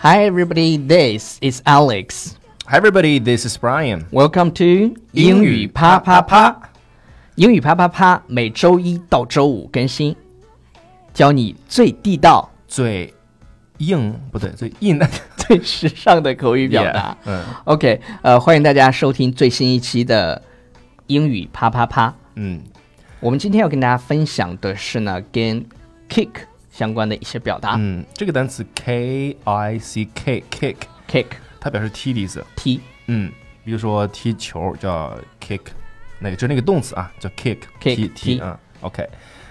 Hi everybody, this is Alex. Hi everybody, this is Brian。 Welcome to 英语啪啪啪。英语啪啪啪，每周一到周五更新，教你最地道、 最硬不对，最硬 的最时尚的口语表达。 Yeah，嗯 OK，呃，欢迎大家收听最新一期的英语啪啪啪。嗯，我们今天要跟大家分享的是呢，跟 kick 相关的一些表达。嗯，这个单词 K I C K kick， kick 它表示踢的意思。踢嗯，比如说踢球叫 kick，那个就是那个动词啊，叫 kick， Kick，踢踢踢啊。OK，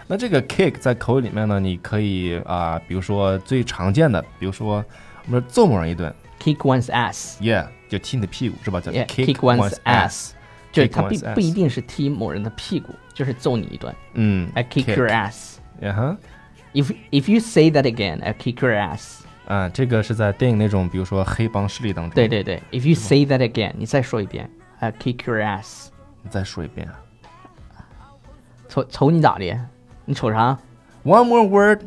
那这个 kick 在口语里面呢，你可以啊、比如说最常见的，比如说我们说揍某人一顿 kick one's ass。 ，yeah，就踢你的屁股是吧？叫 Yeah, kick kick one's ass 就是他 Kick 并 one's ass 不一定是踢某人的屁股，就是揍你一顿。嗯 I kick your ass. 嗯哼。 If if you say that again, I kick your ass. 啊，这个是在电影那种，比如说黑帮势力当中。对，对对，If you say that again，你再说一遍，I kick your ass。你再说一遍啊。瞅瞅你咋的？你瞅啥 One more word,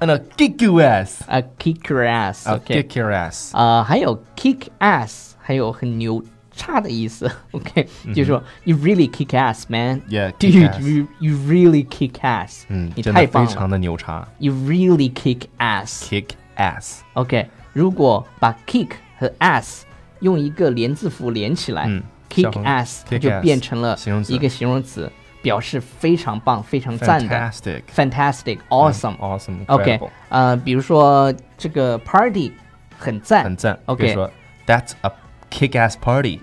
and I'll kick your ass. ？I kick your ass。 I'll OK。 kick your ass. 啊，还有 kick ass，还有很牛叉的意思。OK，就是说 You really kick ass, man. Yeah, kick Dude, ass. you you really kick ass. 嗯，你真太的非棒常了。的牛叉。 You really kick ass. Kick ass. OK，如果把 kick 和 ass 用一个连字符连起来、嗯 k i 小 c k 红 ass 它 kick 就 ass，变成了形容词一个形容词，表示非常棒、非常赞的 Fantastic. fantastic、awesome、 Awesome. OK， incredible，呃，比如说这个 party 很赞，很赞。比如 OK，Yeah，that、说，That's a kick ass party.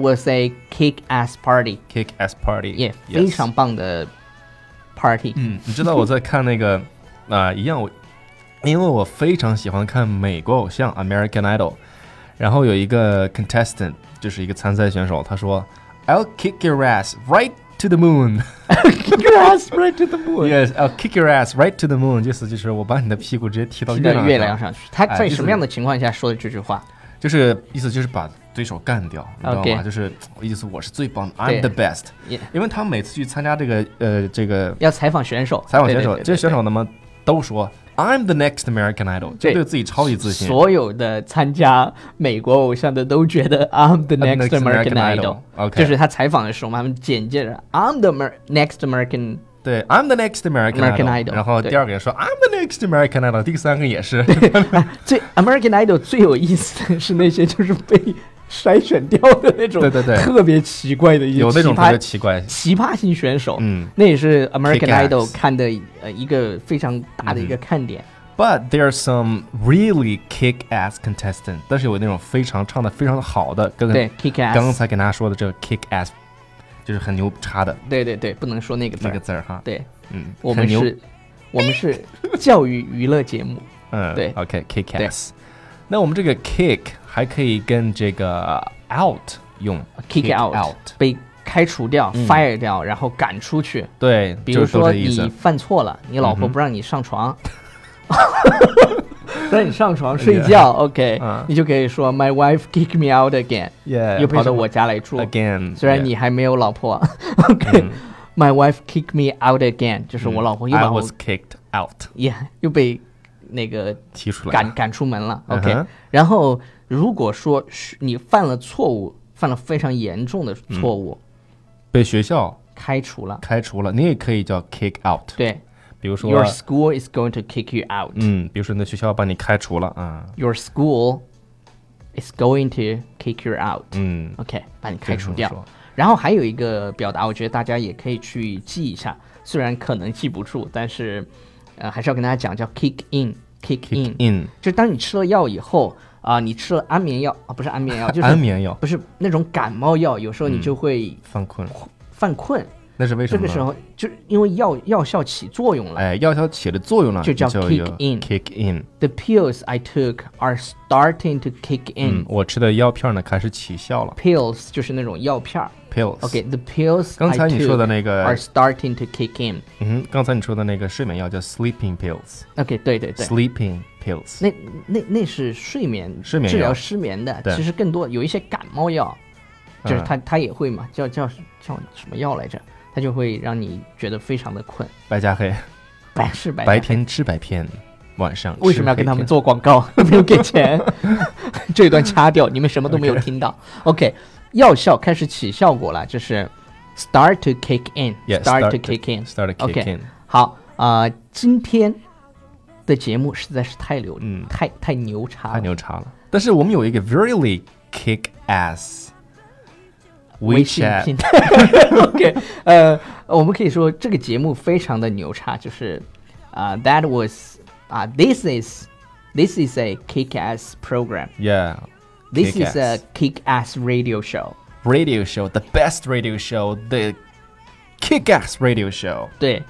was a kick ass party。 Kick ass party. 也 Yes. 非常棒的 party。 嗯，你知道我在看那个 啊、一样我，因为我非常喜欢看美国偶像 American Idol，然后有一个 contestant 就是一个参赛选手，他说 I'll kick your ass right to the moon。 kick your ass right to the moon。 Yes, I'll kick your ass right to the moon。意思就是我把你的屁股直接踢到是月亮的，上，月亮上去。他哎在意思什么样的情况下说的这句话？就是意思就是把对手干掉，你知道 OK 吗？就是意思我是最棒的对，I'm the best。也因为他每次去参加这个呃这个要采访选手，采访对选对手，对这些对选手他们都说 I'm the next American Idol，就对对自己超级自信。所有的参加美国偶像的都觉得 I'm the I'm next next American American Idol， Idol. OK 就是他采访的时候嘛，他们简介着 I'm the Amer- next American，对，I'm the next American American Idol，然后对第二个人说 I'm the next American Idol，第三个也是。最 American Idol 最有意思的是那些就是被筛选掉的那种，对对对特别奇怪的一些 有那种奇特葩别奇怪，奇葩型选手，嗯。那也是 American Kick ass Idol 看的呃一个非常大的一嗯个看点。 But there are some really kick-ass contestant，但是有那种非常唱的非常好的，跟对，kick 刚 ass，才跟大家说的这个 kick-ass，就是很牛叉的对对对，不能说那个字那个儿，字儿哈。，对嗯，我很们牛是，我们是教育娱乐节 目。嗯，对，OK，kick、ass。那我们这个 kick 还可以跟这个 out 用 kick out，, 被开除掉、fire 掉，然后赶出去。对，比如嗯就都说这意思嗯你犯错了，你老婆不让你上床，不 让你上 床睡觉，OK，、嗯你就可以说 My wife kicked me out again， Yeah，又跑到为什么我家来住。 again，虽然 yeah 你还没有老婆 ，OK，My、wife kicked me out again，就是我老婆又嗯 I 把我 was kicked out， 也、又被那个提出来赶赶出门了。OK，、嗯哼然后如果说是你犯了错误，犯了非常严重的嗯错误，被学校开除了。开除了，你也可以叫 kick out。对比如说， ，Your school is going to kick you out. 嗯，比如说你的学校把你开除了啊， Your school is going to kick you out. 嗯 OK，把你开除可以这么掉说。然后还有一个表达，我觉得大家也可以去记一下，虽然可能记不住，但是呃还是要跟大家讲，叫 kick in。kick in，, kick in 就当你吃了药以后啊、你吃了安眠药啊，不是安 眠药，就是安眠药不是那种感冒药，有时候你就会犯困，犯困，那是为这什么个呢？时候就是因为药药效起作用了。哎，药效起的作用呢，就叫有 kick in kick in。 The pills I took are starting to kick 嗯 in.、，我吃的药片呢开始起效了 Pills 就是那种药片儿。 ，pills。 OK，the、pills 刚才 I 你 took 说的那个 are starting to kick in. 嗯哼，刚才你说的那个睡眠药叫 sleeping pills，sleeping OK，对对对。 pills。那那那是睡眠睡眠治疗药失眠的，对其实更多有一些感冒药，就是嗯它它也会嘛，叫叫叫什么药来着？它就会让你觉得非常的困，白加黑，白是白白天。天吃白片。晚上为什么要吃黑跟他们天做广告？ 没有给钱，这一段掐掉，你们什么都没有听到。OK，药效开始起效果了，就是 start to kick Yeah, in，start to kick in。 start to kick OK in？好啊、呃今天的节目实在是太牛，嗯太太牛叉了，太牛叉了！但是我们有一个 really kick ass 微信平 WeChat，台。OK，呃，我们可以说这个节目非常的牛叉，就是啊、t h a t was 啊、t h i s is this is a kick-ass program。 yeah。 This Kick is a ass. kick-ass radio show。 radio show, the best radio show, the kick-ass radio show. 对，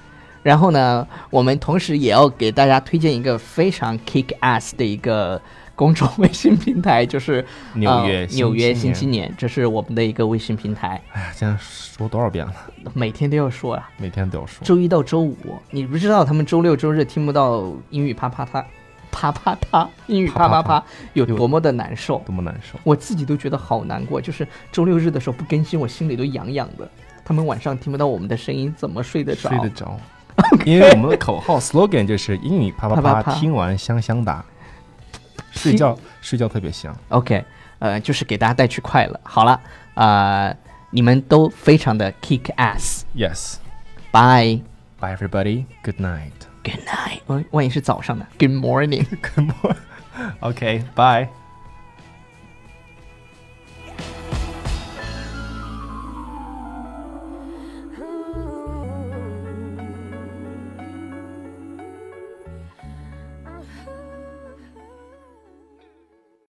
然后呢，我们同时也要给大家推荐一个非常 kick-ass 的一个公众 微信平台，就是纽约呃、新纽约青新青年年，这是我们的一个微信平台，哎呀，这样说多少遍了？每天都要说啊。每天都要说。周一到周五，你不知道他们周六周日听不到英语啪啪啪，啪啪啪，英语啪啪啪啪啪啪有多么的难受，多么难受！我自己都觉得好难过。就是周六日的时候不更新，我心里都痒痒的。他们晚上听不到我们的声音，怎么睡得着？睡得着， 因为我们的口号 slogan 就是英语啪啪啪啪啪听完香香哒。睡觉睡觉特别香， OK，呃，就是给大家带去快乐。好了，呃，你们都非常的 kick ass，bye。 Yes. Bye everybody. Good night. Good night，万万一是早上的，Good morning。 Okay. Bye.